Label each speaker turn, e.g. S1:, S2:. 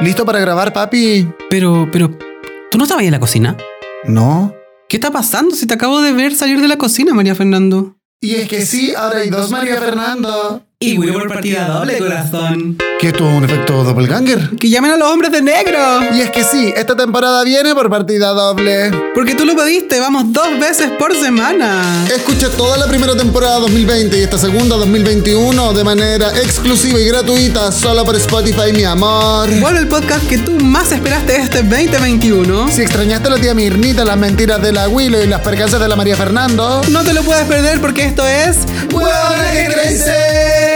S1: ¿Listo para grabar, papi?
S2: Pero, pero, ¿tú no estabas ahí en la cocina?
S1: No.
S2: ¿Qué está pasando si te acabo de ver salir de la cocina, María Fernando?
S1: Y es que sí, ahora hay dos María Fernando.
S2: Y voy por partida doble, corazón.
S1: Que esto es un efecto doppelganger.
S2: Que llamen a los hombres de negro.
S1: Y es que sí, esta temporada viene por partida doble.
S2: Porque tú lo pediste, vamos dos veces por semana.
S1: Escucha toda la primera temporada 2020 y esta segunda 2021 de manera exclusiva y gratuita solo por Spotify, mi amor.
S2: Vuelve el podcast que tú más esperaste este 2021.
S1: Si extrañaste a la tía Mirnita, las mentiras de la Willow y las percances de la María Fernando,
S2: No te lo puedes perder porque esto es...
S1: ¡Huevona que crece!